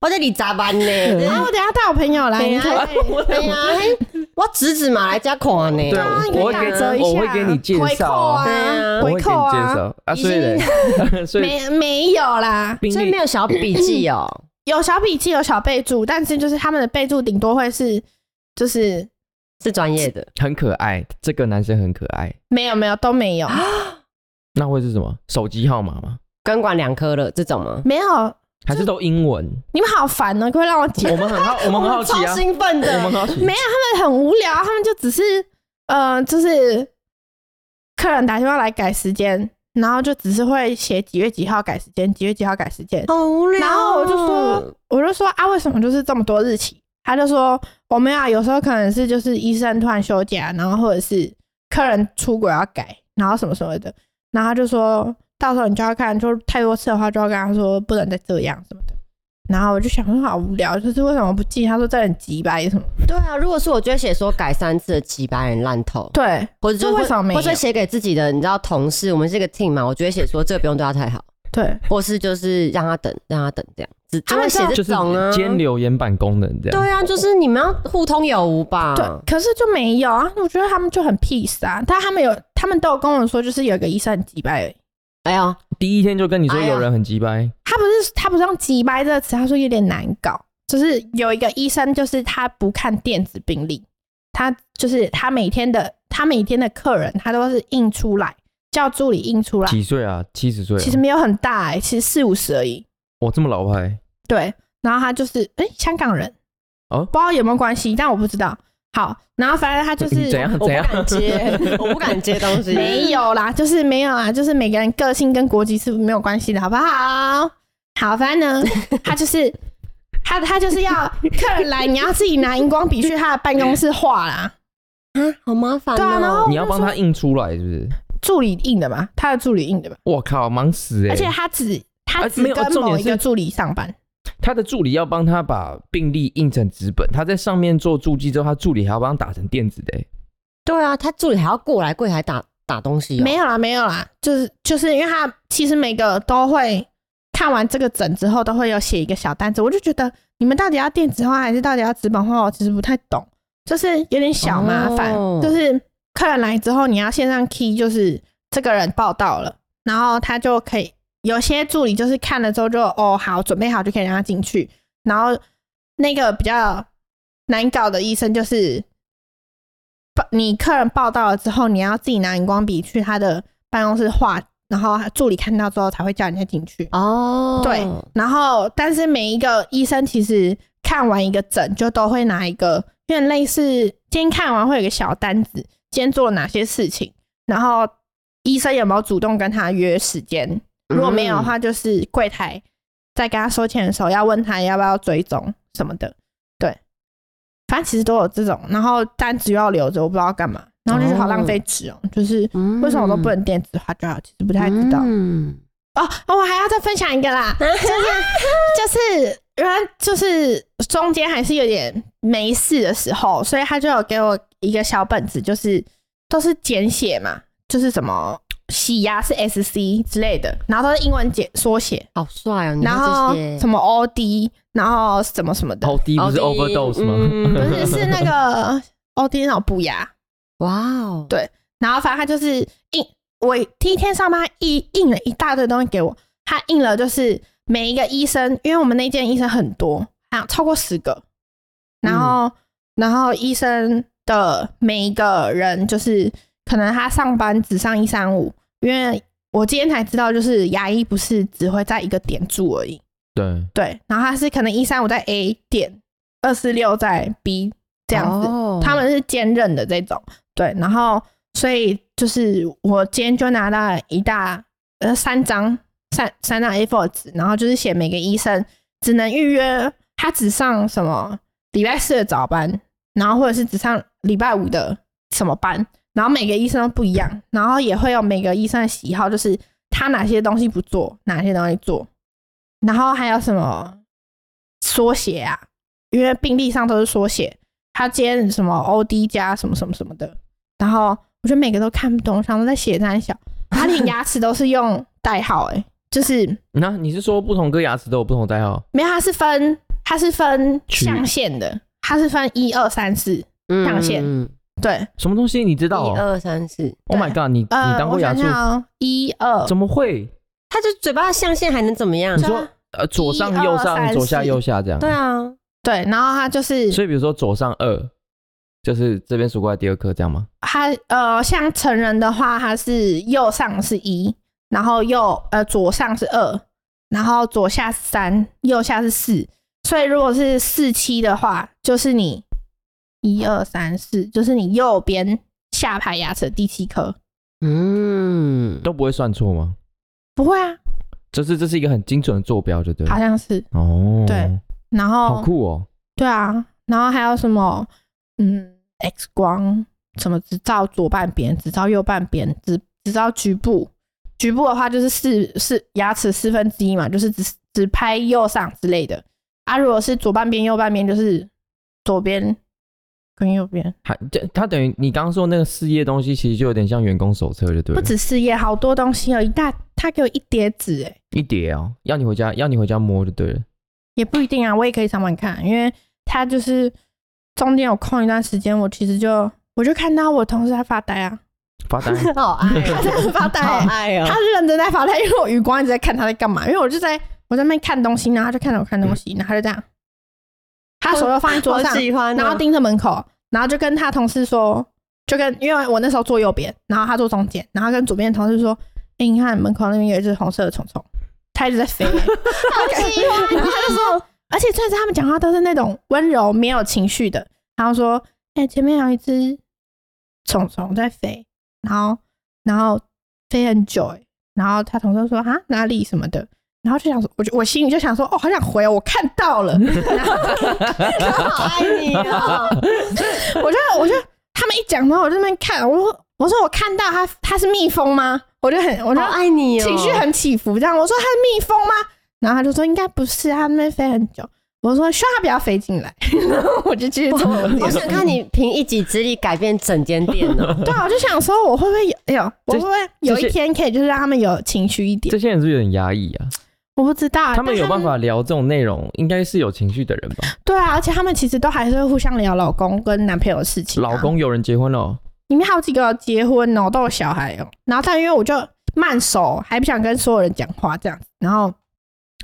我这里咋办呢？ (laughs) 对
然后
啊
我等一下带我朋友来，哎
对
你
啊
看，
嘿我侄子嘛来家看呢。
对
啊，
我会
打
给
折一下，
我会给你介绍哦
回
对
(laughs)
啊
我会
扣啊，回
给你介
扣啊，
绍啊，所以嘞 (laughs) 所以
没没有啦，
病
所以
历
没有小笔记哦，
有小笔记，有小备注，但是就是他们的备注顶多会是，就是
是专业的。
很可爱，这个男生很可爱，
没有没有都没有，
啊那会是什么？手机号码吗？
根管两颗了这种吗？
没有，
还是都英文？
你们好烦哦、可不可以让我解
我们很
(laughs)
好，我们很好奇啊
超，兴奋
我们
的
很，好奇，
没他们很无聊，他们就只是呃，就是客人打电话来改时间，然后就只是会写几月几号改时间，几月几号改时间。
好无聊哦。
然后我就说，我就说啊，为什么就是这么多日期？他就说我没有啊，有时候可能是就是医生突然休假，然后或者是客人出轨要改，然后什么什么的。然后他就说到时候你就要看，就是太多次的话就要跟他说不能再这样什么的。然后我就想说好无聊，就是为什么不记？他说这很急吧，什么？
对啊，如果是我就会写说改三次的几百人烂透，
对，
或者就
这
会
为什么没有
或者写给自己的，你知道同事，我们是一个 team 嘛，我就会写说这个不用对他太好，
对，
或是就是让他等，让他等这样，只
他
就
们
会写
这
就
这
是
种啊。
兼留言板功能这样。
对啊，就是你们要互通有无吧？
对，可是就没有啊。我觉得他们就很 peace 啊，但他们有，他们都有跟我说，就是有一个医生很急掰而已。
哎呀，
第一天就跟你说
哎呀
有人很鸡掰，
他不是他不是用“急掰”这个词，他说有点难搞。就是有一个医生，就是他不看电子病历，他就是他每天的他每天的客人，他都是印出来，叫助理印出来。
几岁啊？七十岁啊？
其实没有很大、欸，其实四五十而已。
我这么老派，
对，然后他就是哎、诶香港人，
哦
不知道有没有关系，但我不知道。好，然后反正他就
你
是
怎样怎
我不
样？
敢接，我不敢接东西。
没有啦，就是没有啊，就是每个人个性跟国籍是没有关系的，好不好？好，反正呢，他就是他他就是要客人来，你要自己拿荧光笔去他的办公室画啦，
啊，好麻烦、哦。
对啊然
(laughs)
后
你要帮他印出来是不是？
助理印的嘛，他的助理印的嘛，
我靠，忙死哎、
而且他只他
而
只
呃没有
跟
重点
某一个
是
助理上班，
他的助理要帮他把病历印成纸本，他在上面做注记之后，他助理还要帮他打成电子的、欸。
对啊，他助理还要过来柜台打打东西、哦。
没有啦，没有啦，就是就是因为他其实每个都会看完这个诊之后，都会有写一个小单子，我就觉得你们到底要电子化还是到底要纸本化，我其实不太懂，就是有点小麻烦，
哦
就是客人来之后，你要线上 key，就是这个人报到了，然后他就可以有些助理就是看了之后就哦好准备好就可以让他进去，然后那个比较难搞的医生就是报你客人报到了之后，你要自己拿荧光笔去他的办公室画，然后助理看到之后才会叫人家进去。
哦，
对，然后但是每一个医生其实看完一个诊，就都会拿一个，有点类似今天看完会有一个小单子，今天做了哪些事情，然后医生有没有主动跟他约时间，如果没有的话，就是柜台在跟他收钱的时候要问他要不要追踪什么的，对，反正其实都有这种，然后单子又要留着，我不知道干嘛，然后就是好浪费纸哦，就是
嗯
为什么我都不能电子化就好，其实不太知道。
嗯，
哦，哦我还要再分享一个啦，就是就是原来就是中间还是有点没事的时候，所以他就有给我一个小本子，就是都是简写嘛，就是什么洗牙是 S C 之类的，然后都是英文简缩写，
好帅哦，你
然后
看这些
什么 O D，然后什么什么的，
奥迪不是 overdose 吗？
不
嗯
是
(laughs)
是那个 O D 那种补牙，
哇哦，
对然后反正他就是印，我第一天上班他印印了一大堆东西给我，他印了就是每一个医生，因为我们那间医生很多啊，超过十个，然后、然后医生的每一个人就是可能他上班只上一三五，因为我今天才知道，就是牙医不是只会在一个点住而已，
对，
对，然后他是可能一三五在 A 点，二四六在 B 这样子，
哦
他们是兼任的这种，对，然后所以就是我今天就拿到一大呃三张三三张 A4 纸，然后就是写每个医生只能预约，他只上什么礼拜四的早班，然后或者是只上礼拜五的什么班，然后每个医生都不一样，然后也会有每个医生的喜好，就是他哪些东西不做，哪些东西做，然后还有什么缩写啊，因为病历上都是缩写，啊他今天什么 OD 加什么什么什么的，然后我觉得每个都看不懂，想说在写三小，他连牙齿都是用代号、欸，哎，就是
那你是说不同颗牙齿都有不同代号？
没有，它是分它是分
区
象限的，它是分一二三四，上线
嗯
对，
什么东西你知道、
一
哦、
二三四，
？Oh my god！你你
呃，
当过
我
牙助？
想想哦，一二，
怎么会？
他就嘴巴的象限还能怎么样
你？
对啊
说呃左上
一
右
二三
上
四
左下右下这样？
对啊，
对，然后它就是
所以比如说左上二，就是这边数过来第二颗这样吗？
它呃，像成人的话，它是右上是一，然后右呃左上是二，然后左下是三，右下是四。所以如果是四七的话，就是你一二三四，就是你右边下排牙齿的第七颗。
嗯，
都不会算错吗？
不会啊，
就是这是一个很精准的坐标，就对了
好。像是。
哦，
对，然后
好酷哦。
对啊，然后还有什么嗯 X 光什么只照左半边，只照右半边，只只照局部。局部的话就是四四牙齿四分之一嘛，就是只只拍右上之类的。啊，如果是左半边、右半边，就是左边跟右边，
还这它等于你刚刚说那个事业东西，其实就有点像员工手册，就对
不
了。
止事业，好多东西哦，一大他给我一叠纸，哎，
一叠哦，要你回家，要你回家摸就对了。
也不一定啊，我也可以上网看，因为他就是中间有空一段时间，我其实就我就看到我同事在发呆啊，
发呆，
好 (laughs) 爱
他真的很发呆、欸，
好爱哦
他，是认真在发呆，因为我余光一直在看他在干嘛，因为我就在我在那边看东西，然后他就看着我看东西，然后他就这样，他手又放在桌
我
上，
嗯喜欢哦，
然后盯着门口，然后就跟他同事说，就跟因为我那时候坐右边，然后他坐中间，然后跟左边的同事说，哎、你看门口那边有一只红色的虫虫，它一直在
(laughs)
飞、
好 (laughs) 喜欢
然后他就说，而且最是他们讲话都是那种温柔没有情绪的，然后说，哎、前面有一只虫虫在飞，然后然后飞很久、欸，然后他同事说啊哪里什么的。然后就想说，我就我心里就想说，哦，好想回哦，我看到了。 (laughs) 然后
好爱你哦，
我就我就他们一讲到我这边看，我说我说我看到它它是蜜蜂吗？我就很我就
好爱 (laughs) 你哦，
情绪很起伏，这样我说它是蜜蜂吗？然后他就说应该不是，它那边飞很久。我说希望它不要飞进来， (laughs) 然后我就继续做我的
我想看你凭一己之力改变整间店哦，
对啊，我就想说我会不会有哎呦，我
这
会不会有一天可以就是让他们有情绪一点？
这些人是不是有点压抑啊。
我不知道啊，
他们
但
有办法聊这种内容，应该是有情绪的人吧？
对啊，而且他们其实都还是会互相聊老公跟男朋友的事情啊、
老公有人结婚了哦，
里面好几个结婚哦，都有小孩哦。然后但因为我就慢熟，还不想跟所有人讲话这样子，然后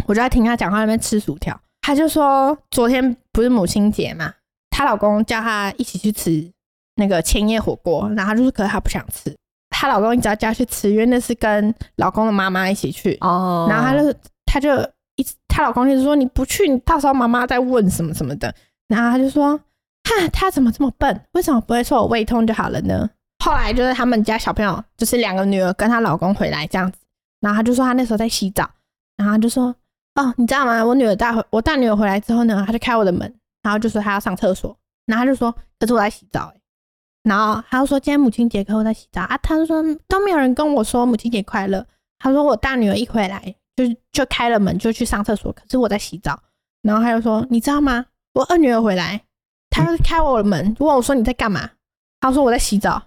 我就在听他讲话那边吃薯条。他就说昨天不是母亲节嘛，她老公叫她一起去吃那个千叶火锅，然后她就说可是她不想吃，她老公一直要叫她去吃，因为那是跟老公的妈妈一起去。
(laughs) 哦，
然后她就她就一直她老公就是说你不去，你到时候妈妈在问什么什么的。然后她就说，哈，她怎么这么笨？为什么不会说我胃痛就好了呢？后来就是他们家小朋友，就是两个女儿跟她老公回来这样子，然后她就说她那时候在洗澡，然后她就说，哦，你知道吗？我女儿带回我大女儿回来之后呢，她就开我的门，然后就说她要上厕所，然后她就说，可是我在洗澡、欸然后她就说今天母亲节，可是我在洗澡啊。她就说都没有人跟我说母亲节快乐，他说我大女儿一回来就就开了门就去上厕所，可是我在洗澡。然后他就说你知道吗？我二女儿回来，她
嗯
就开我的门问我说你在干嘛？她说我在洗澡。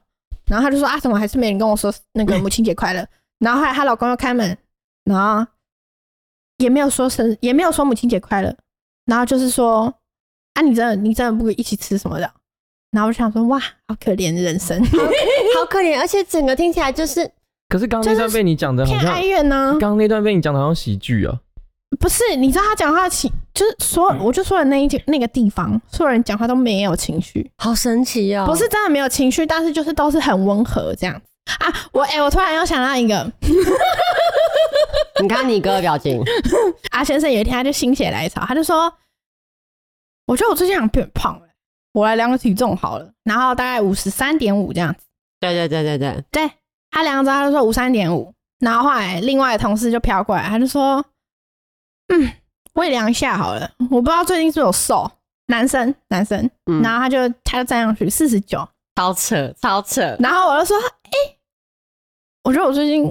然后他就说啊怎么还是没人跟我说那个母亲节快乐？然后后来她老公又开门，然后也没有说生也没有说母亲节快乐，然后就是说啊你真的你真的不一起吃什么的？然后我就想说哇好可怜的人生，
嗯
好可怜，而且整个听起来就是
可是刚刚那段被你讲的好
偏
像
哀，怨呢、
刚刚那段被你讲的好像喜剧啊。
不是，你知道他讲话情，就是所有，我就说的那一句那个地方，所有人讲话都没有情绪，
好神奇哦，
不是真的没有情绪，但是就是都是很温和这样啊。我哎、我突然又想到一个，
你看你哥的表情，
阿啊先生有一天他就心血来潮，他就说：“我觉得我最近好像变胖了，我来量个体重好了。”然后大概五十三点五这样子，
对 (laughs) 对对对对，
对他量之后他就说五三点五，然后后来另外的同事就飘过来，他就说：“嗯，我也量一下好了，我不知道最近是不是有瘦。”男生，男生，
嗯
然后他就他就站上去四十九，
超扯，超扯。
然后我就说，哎、我觉得我最近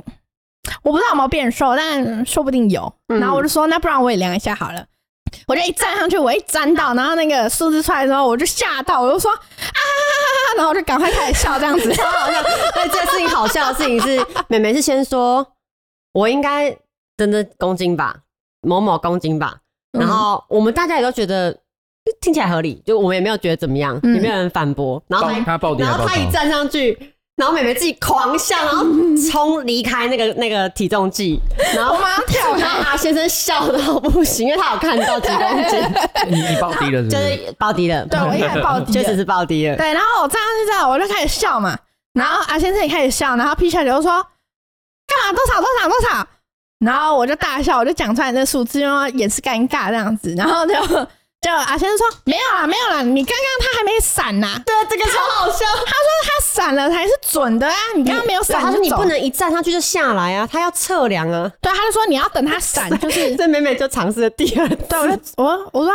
我不知道有没有变瘦，但说不定有。
嗯
然后我就说，那不然我也量一下好了。我就一站上去，我一沾到，然后那个数字出来之后，我就吓到，我就说啊，然后我就赶快开始笑这样
(laughs)
子。
超好笑。而且这个事情好笑的事情是，妹妹是先说我应该真的公斤吧，某某公斤吧，然后我们大家也都觉得呃听起来合理，就我们也没有觉得怎么样，
嗯
也没有人反驳。然后
爆
她一
他爆点
哦然
还
后
爆
她一
高，
站上去。然后妹妹自己狂笑，然后冲离开那个那个体重 (laughs) 计，然后
我马上跳
然后阿啊先生笑到不行，因为他有看到几公斤，
你你爆低了是不？
(laughs) 就是是暴敌了，
(laughs) 对我一开始爆低
确
了
实是暴敌了。
对，然后我站上去之后，我就开始笑嘛，然后阿先生也开始笑，然后 P 小姐就说干嘛多少多少多少，然后我就大笑，我就讲出来那数字，因为也是尴尬这样子，然后就就阿先生说没有啦没有啦，你刚刚他还没闪呐、
对，这个超好笑。
他说他闪了才是准的啊，你刚刚没有
对，
闪
他说
就
你
走
不，能一站上去就下来啊，他要测量啊。
对，他就说你要等他闪，就
(laughs)
是
这美美就尝试了第二次，
对，我就我我说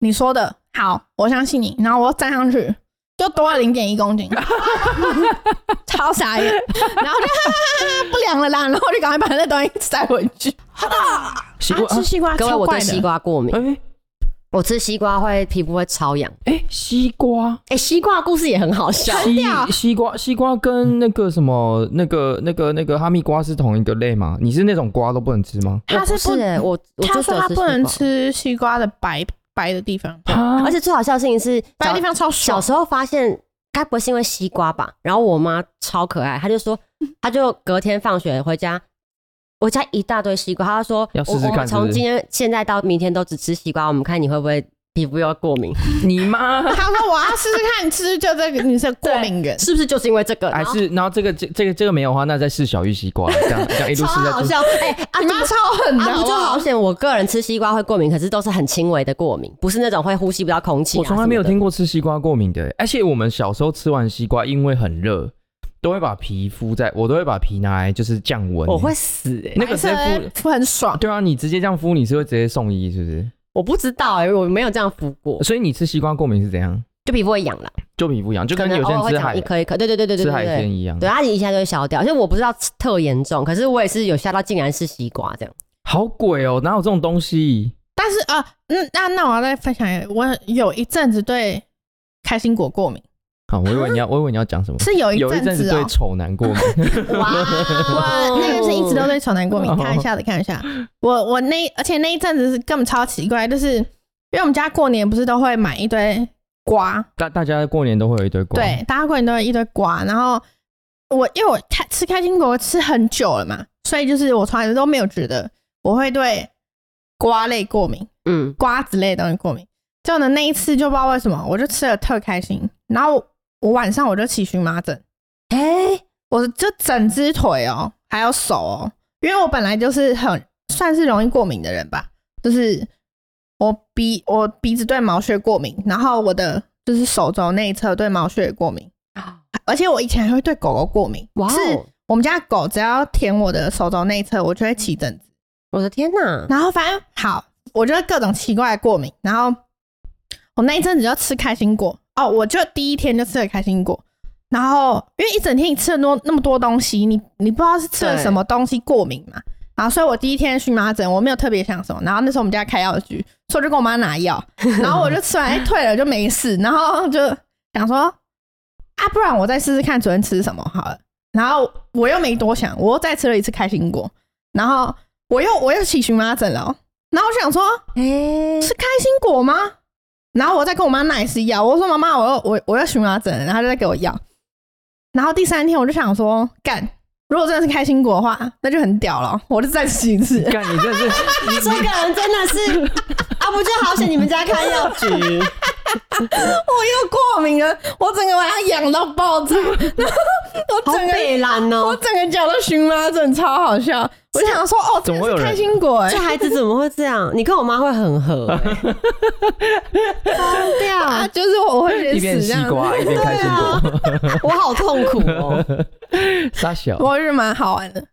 你说的好，我相信你，然后我又站上去。就多了零点一公斤， (laughs) 超傻眼，然后就哈哈哈哈不凉了啦，然后我就赶快把那东西塞回去。
西瓜
啊吃西
(laughs)
瓜
各位，
超
我
怪
对
的
西，瓜过敏，
哎
我吃西瓜会皮肤会超痒。
哎，西瓜，
哎、西瓜的故事也很好笑，
西西瓜，西瓜跟那个什么那个那个那个哈密瓜是同一个类吗？你是那种瓜都不能吃吗？
他
我不
不
是、欸、我，我
他
就只
说
有
他
吃
不能
西
吃西瓜的白白的地方，
啊
瓜，而且最好笑的事情是
白的
小
地方超
小
爽。
时候发现，该不会是因为西瓜吧？然后我妈超可爱，她就 (laughs) 说，她就隔天放学回家，我家一大堆西瓜，她就说，
要试试
我我
看是不是
从今天现在到明天都只吃西瓜，我们看你会不会皮肤又过敏，
你妈
他说我要试试看吃，就这个你是过敏人，
是不是就是因为这个？
(laughs) 还
然后
是然后这个这这个这个没有的话，那再试小玉西瓜，这样这样一路
超
试下
好
去。
笑，
(laughs)
哎、啊
你妈超狠的，
啊，
好
不
不
就
好
好险！我个人吃西瓜会过敏，可是都是很轻微的过敏，不是那种会呼吸不到空气、啊。
我从来没有
什么
听过吃西瓜过敏的、欸而且我们小时候吃完西瓜，因为很热，都会把皮敷在，我都会把皮拿来就是降温、
的，我会死哎、
那个
白
直接敷，
色很爽。
对啊，你直接这样敷，你是会直接送医是不是？
我不知道哎、我没有这样敷过，
所以你吃西瓜过敏是怎样？
就皮肤会痒了，
就皮肤痒，就
可
跟
能
有
偶
些
尔
人
会
吃
长
海
一颗一颗，对对对对对
吃
对
海鲜
对。
一样，
对，啊它一下就会消掉，而且我不知道特严重，可是我也是有吓到，竟然是西瓜这样。
好鬼哦，哪有这种东西？
但是啊，嗯，那那我要再分享一个，我有一阵子对开心果过敏，
好，我以
(laughs)
为你要，我以为你要讲什么？
是有一
有一阵子
子
对
哦。
丑男过敏，
哇，哦
我呃那个是一直都
嗯
对丑男过敏
哦，
开玩笑的，开玩笑。我我那而且那一阵子是根本超奇怪，就是因为我们家过年不是都会买一堆瓜，
大大家过年都会有一堆瓜，
对，大家过年都有一堆瓜，然后我因为我开吃开心果吃很久了嘛，所以就是我从来都没有觉得我会对瓜类过敏，
嗯，
瓜子类的东西过敏。就呢那一次就不知道为什么，我就吃的特开心，然后我我晚上我就起荨麻疹。
哎、
我就整只腿哦，还有手哦，因为我本来就是很算是容易过敏的人吧，就是我鼻我鼻子对毛屑过敏，然后我的就是手肘内侧对毛屑也过敏，而且我以前还会对狗狗过敏，
啊哇
是
哦，
我们家狗只要舔我的手肘内侧，我就会起疹
嗯
子。
我的天哪！
然后反正好，我就各种奇怪的过敏。然后我那一阵子就吃开心果哦，我就第一天就吃了开心果。然后因为一整天你吃了多那么多东西，你你不知道是吃了
对
什么东西过敏嘛。然后所以我第一天荨麻疹，我没有特别想什么。然后那时候我们家开药局，所以我就跟我妈拿药，然后我就吃完哎退了就没事，然后就想说啊，不然我再试试看昨天吃什么好了。然后我又没多想，我又再吃了一次开心果，然后我又我又起荨麻疹了哦、然后我就想说
哎、
是开心果吗？然后我再跟我妈拿一次药，我说妈妈，我又我我又荨麻疹了，然后她就再给我药。然后第三天我就想说干，如果真的是开心果的话，那就很屌了，我就再吃一次。
干你这是
这个人真的 (laughs) 是啊，不就好险你们家开药局，
(laughs) 我又过敏了，我整个晚上痒到爆 (laughs) 炸，然后我
好
整个
北蓝
我
哦！
整个脚都荨麻疹，超好笑。我想说，哦，
怎
这
么会
个
有
是
人
开心果 (laughs) 哎、
这孩子怎么会这样？你跟我妈会很合、欸，疯掉！
啊，就是我会觉
一
得
边
死
西
这样，
(laughs)
瓜一边开心
啊
果，
我好痛苦哦。
(laughs) 傻小。
我觉得蛮好玩的。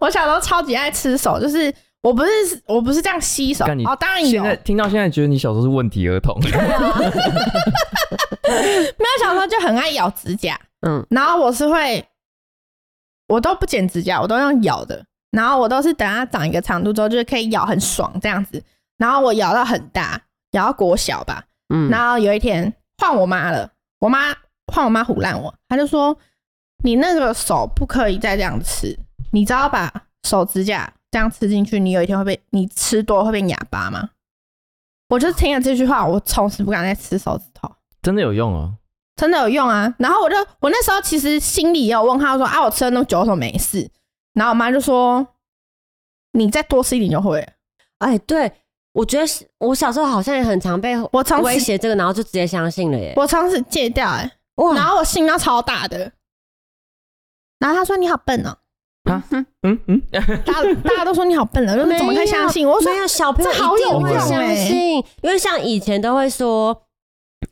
我小时候超级爱吃手，就是我不是我不是这样洗手
干你
哦，当然有，
现
没
在听到现在觉得你小时候是问题儿
(laughs)
童，
有小时候就很爱咬指甲，
嗯，
然后我是会，我都不剪指甲，我都用咬的，然后我都是等它长一个长度之后，就是可以咬很爽这样子，然后我咬到很大，咬到国小吧，
嗯，
然后有一天换我妈了，我妈换我妈唬烂我，她就说你那个手不可以再这样吃，你知道把手指甲这样吃进去，你有一天会被你吃多会变哑巴吗？我就听了这句话，我从此不敢再吃手指头，
真的有用哦。
真的有用啊。然后我就我那时候其实心里也有问她说啊，我吃了那么久，为什么没事？然后我妈就说你再多吃一点就会了。
哎，对，我觉得是我小时候好像也很常被
我从
威
此
胁这个，然后就直接相信了耶。
我从此戒掉、欸，
哇
然后我心跳超大的。然后他说你好
(laughs)
笨哦、
嗯嗯，
大家大家都说你好笨了，就是怎么可以相信？我说
没有小朋友
这好
一定
有
会
用
相
欸
信，因为像以前都会说，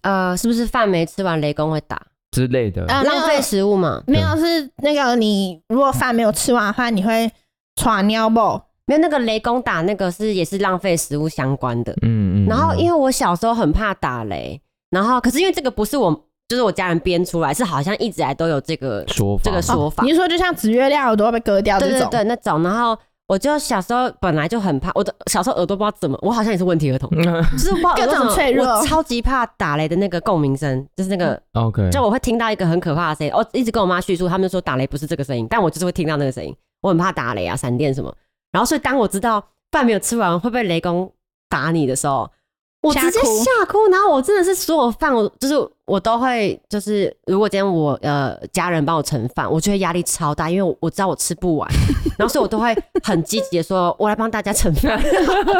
呃，是不是饭没吃完雷公会打，
(laughs) 之类的。
啊
呃浪费食物嘛？
没有是那个你如果饭没有吃完的话，你会喘尿不？哦
没有那个雷公打那个是也是浪费食物相关的。
嗯嗯。
然后因
为
为我小时候很怕打雷，然后可是因为这个不是我，就是我家人编出来，是好像一直以来都有这个
说法
这个说法
你。是说就像紫月亮耳朵被割啊掉这
对对
种？
对，那种。然后我就小时候本来就很怕，我的小时候耳朵不知道怎么，我好像也是问题儿童，就是我不知道耳朵怎么
各种脆弱
我超级怕打雷的那个共鸣声，就是那个，
(laughs) OK，
就我会听到一个很可怕的声音。我一直跟我妈叙述，他们说打雷不是这个声音，但我就是会听到那个声音，我很怕打雷啊、闪电什么。然后所以当我知道饭没有吃完会被雷公打你的时候。我直接
吓哭
吓哭，然后我真的是所有饭，我就是我都会，就是如果今天我呃家人帮我盛饭，我觉得压力超大，因为我我知道我吃不
(laughs)
完，然后所以我都会很积极的说，我来帮大家盛饭， (laughs)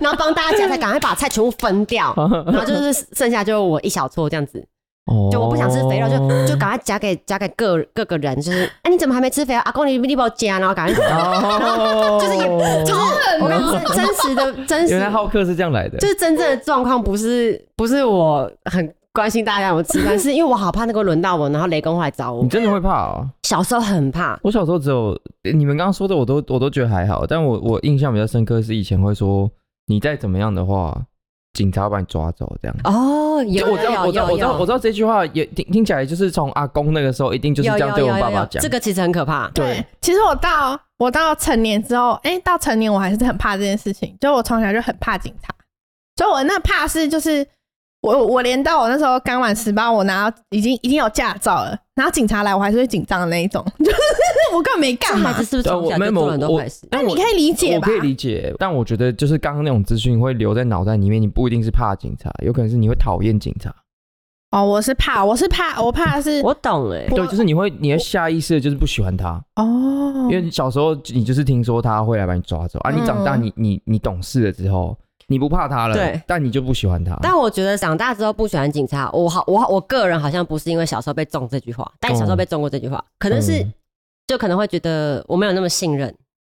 然后帮大家夹菜，赶快把菜全部分掉，然后就是剩下就是我一小撮这样子，就我不想吃肥肉，就
哦
就赶快夹给夹给各各个人，就是哎、你怎么还没吃肥肉？阿公你你帮我夹，然后
(laughs)
赶快，
哦，
(laughs) 就是
(laughs)
也就是我跟你说真实的真实
原来浩克是这样来的
就。是真正的状况不是不是我很关心大家有没有吃饭，是因为我好怕那个轮到我，然后雷公会来找我
你。真的会怕哦？
小时候很怕，
我小时候只有你们刚刚说的，我都我都觉得还好，但我我印象比较深刻是以前会说，你再怎么样的话，警察会把你抓走这样。
哦，有
我知道，
有
我知道，
有
我知道，我
有
知道这句话也听听起来就是从阿公那个时候一定就是
有
这样
有
对
有
我爸
有
爸
有，
讲
这。个其实很可怕。
对，
其实我到我到成年之后，哎、到成年我还是很怕这件事情，就我从小就很怕警察，所以我那怕是就是我我连到我那时候刚满十八，我拿到已经已经有驾照了，然后警察来我还是会紧张的那一种， (laughs) 就是我根本没干
这
嘛
孩，子是不是
但
从
我
小
没
就
有
做了很多
我
坏事？ (laughs)
但
你可以理解
我
吧？
可以理解，但我觉得就是刚刚那种资讯会留在脑袋里面，你不一定是怕警察，有可能是你会讨厌警察。
哦，我是怕，我是怕，我怕的是
我懂哎，
对，就是你会，你会下意识的就是不喜欢他，
哦
嗯
因，为小时候你就是听说他会来把你抓走啊，你长大
嗯
你你你懂事了之后，你不怕他了，
对，
但你就不喜欢他。
但我觉得长大之后不喜欢警察，我好我好我个人好像不是因为小时候被中这句话，但小时候被中过这句话，可能是
嗯
就可能会觉得我没有那么信任，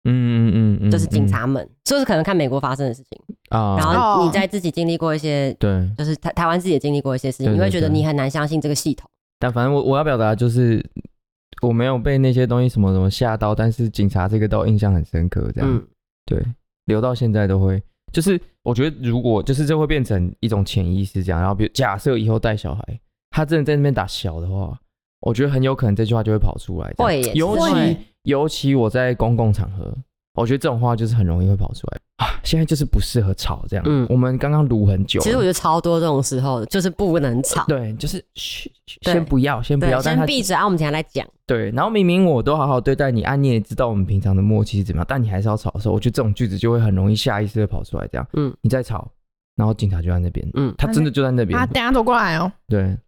嗯嗯嗯嗯，
就是警
嗯
察们，就是可能看美国发生的事情，
啊，
然后
哦
你在自己经历过一些
对，
就是台台湾自己也经历过一些事情，
对对
你会觉得
对
你很难相信这个系统。
但反正我我要表达的就是，我没有被那些东西什么什么吓到，但是警察这个都印象很深刻，这样、
嗯，
对，啊留到现在都会。就是我觉得如果就是这会变成一种潜意识这样，然后比如假设以后带小孩，他真的在那边打小的话，我觉得很有可能这句话就会跑出来这样，
会耶
尤
会
其尤其我在公共场合。我觉得这种话就是很容易会跑出来啊！现在就是不适合吵这样。
嗯
我们刚刚撸很久了，
其实我觉得超多这种时候的，就是不能吵，
对，就是嘘，嘘
对
先不要，先不
对，
要，但
先
他
闭嘴啊，我们等一下来讲。
对，然后明明我都好好对待你啊，你也知道我们平常的默契是怎么样，但你还是要吵的时候，我觉得这种句子就会很容易下意识的跑出来，这样，
嗯
嗯，你再吵，然后警察就在那边，
嗯
嗯，他真的就在那边
啊，，等一下走过来哦，
对，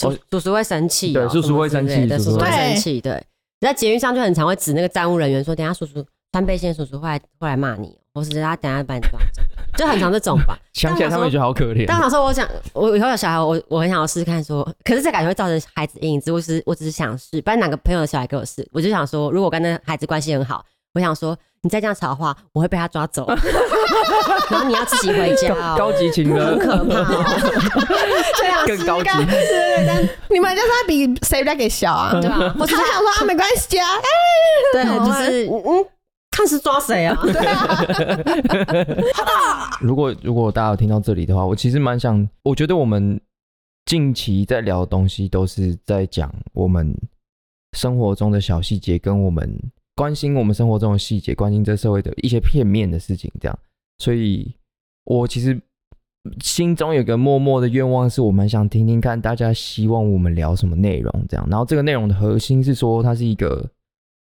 叔
我
叔叔会生气哦，
哦对叔叔
什么
会生气
之类的
叔
叔
叔
叔
会
会
生
生
气
气，对。在捷运上就很常会指那个站务人员说：“等一下叔叔穿背心的叔叔会来会来骂你，哦或是他等一下把你抓走。”就很常这种
(laughs)
吧。
想起来他们也觉得好可怜，
但好说，我想我以后有小孩，我我很想要试试看说，可是这感觉会造成孩子阴影。只我只是我只是想试，不然哪个朋友的小孩给我试，我就想说，如果我跟那孩子关系很好，我想说你再这样吵的话，我会被他抓走， (laughs) 然后你要自己回
高
家、哦，
高级情
很
歌，
(laughs) 可怕、哦，
这样
更高级，
你们就是在比
嗯
谁比较给小啊？
对吧？
我
或
只
是
想说啊，没关系啊，哎
对，就是嗯，看是抓谁啊？
对啊，
如果如果大家有听到这里的话，我其实蛮想，我觉得我们近期在聊的东西都是在讲我们生活中的小细节，跟我们关心我们生活中的细节，关心这社会的一些片面的事情，这样。所以，我其实心中有个默默的愿望，是我蛮想听听看大家希望我们聊什么内容，这样。然后这个内容的核心是说，它是一个，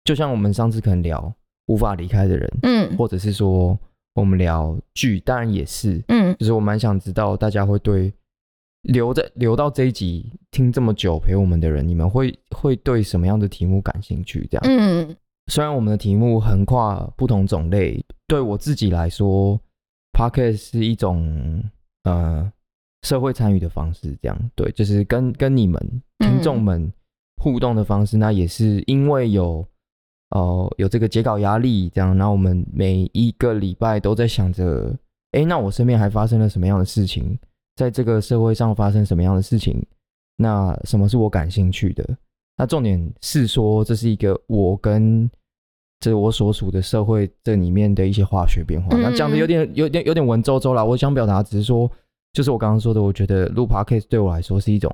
就像我们上次可能聊无法离开的人，
嗯
或者是说我们聊剧，当然也是，
嗯，
就是我蛮想知道大家会对留在留到这一集听这么久陪我们的人，你们会会对什么样的题目感兴趣？这样，
嗯
虽然我们的题目横跨不同种类，对我自己来说 p o c k e t 是一种呃社会参与的方式，这样对，就是跟跟你们听众们互动的方式。那也是因为有哦、呃有这个截稿压力，这样，那我们每一个礼拜都在想着，诶，那我身边还发生了什么样的事情，在这个社会上发生什么样的事情？那什么是我感兴趣的？那重点是说，这是一个我跟这我所属的社会这里面的一些化学变化。
嗯
那讲的有点有点有点文绉绉啦。我想表达只是说，就是我刚刚说的，我觉得录 podcast 对我来说是一种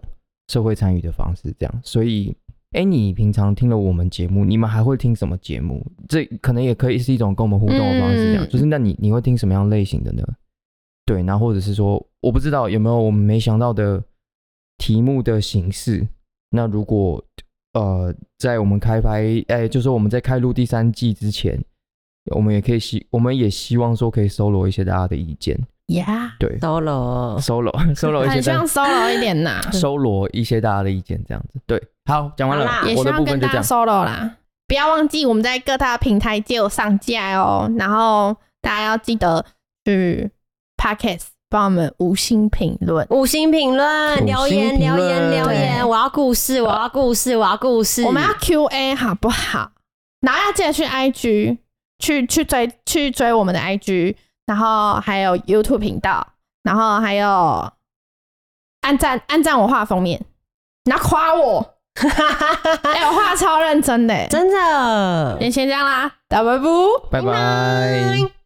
社会参与的方式，这样。所以，哎，你平常听了我们节目，你们还会听什么节目？这可能也可以是一种跟我们互动的方式，这样。
嗯
就是那你你会听什么样类型的呢？对，那或者是说，我不知道有没有我们没想到的题目的形式。那如果呃，在我们开拍，哎、就是我们在开录第三季之前，我们也可以希，我们也希望说可以搜罗一些大家的意见，
呀，
对，
solo
搜
(laughs)
罗搜罗一些
很
大
像 solo 一
(laughs)
点呐，
搜罗一些大家的意见，这样子，对，好，讲完了
好啦，
也
啊我
希
的
望
部
跟
分就
大
这
家
样，
solo 啦，不要忘记我们在各大平台皆有上架哦，然后大家要记得去 podcast 帮我们五星评论。
五星评论、
五星
留言、
评
留
论
言、留言，
对
我要故事，我要故事，我要故事。
嗯
我们要 Q&A 好不好？然后要记得去 IG 去去追去追我们的 IG，然后还有 YouTube 频道，然后还有按赞按赞我画封面，然后夸
(laughs)
我，哎、我画超认真的、欸，
真的。
先先这样啦，打拜拜。
拜拜。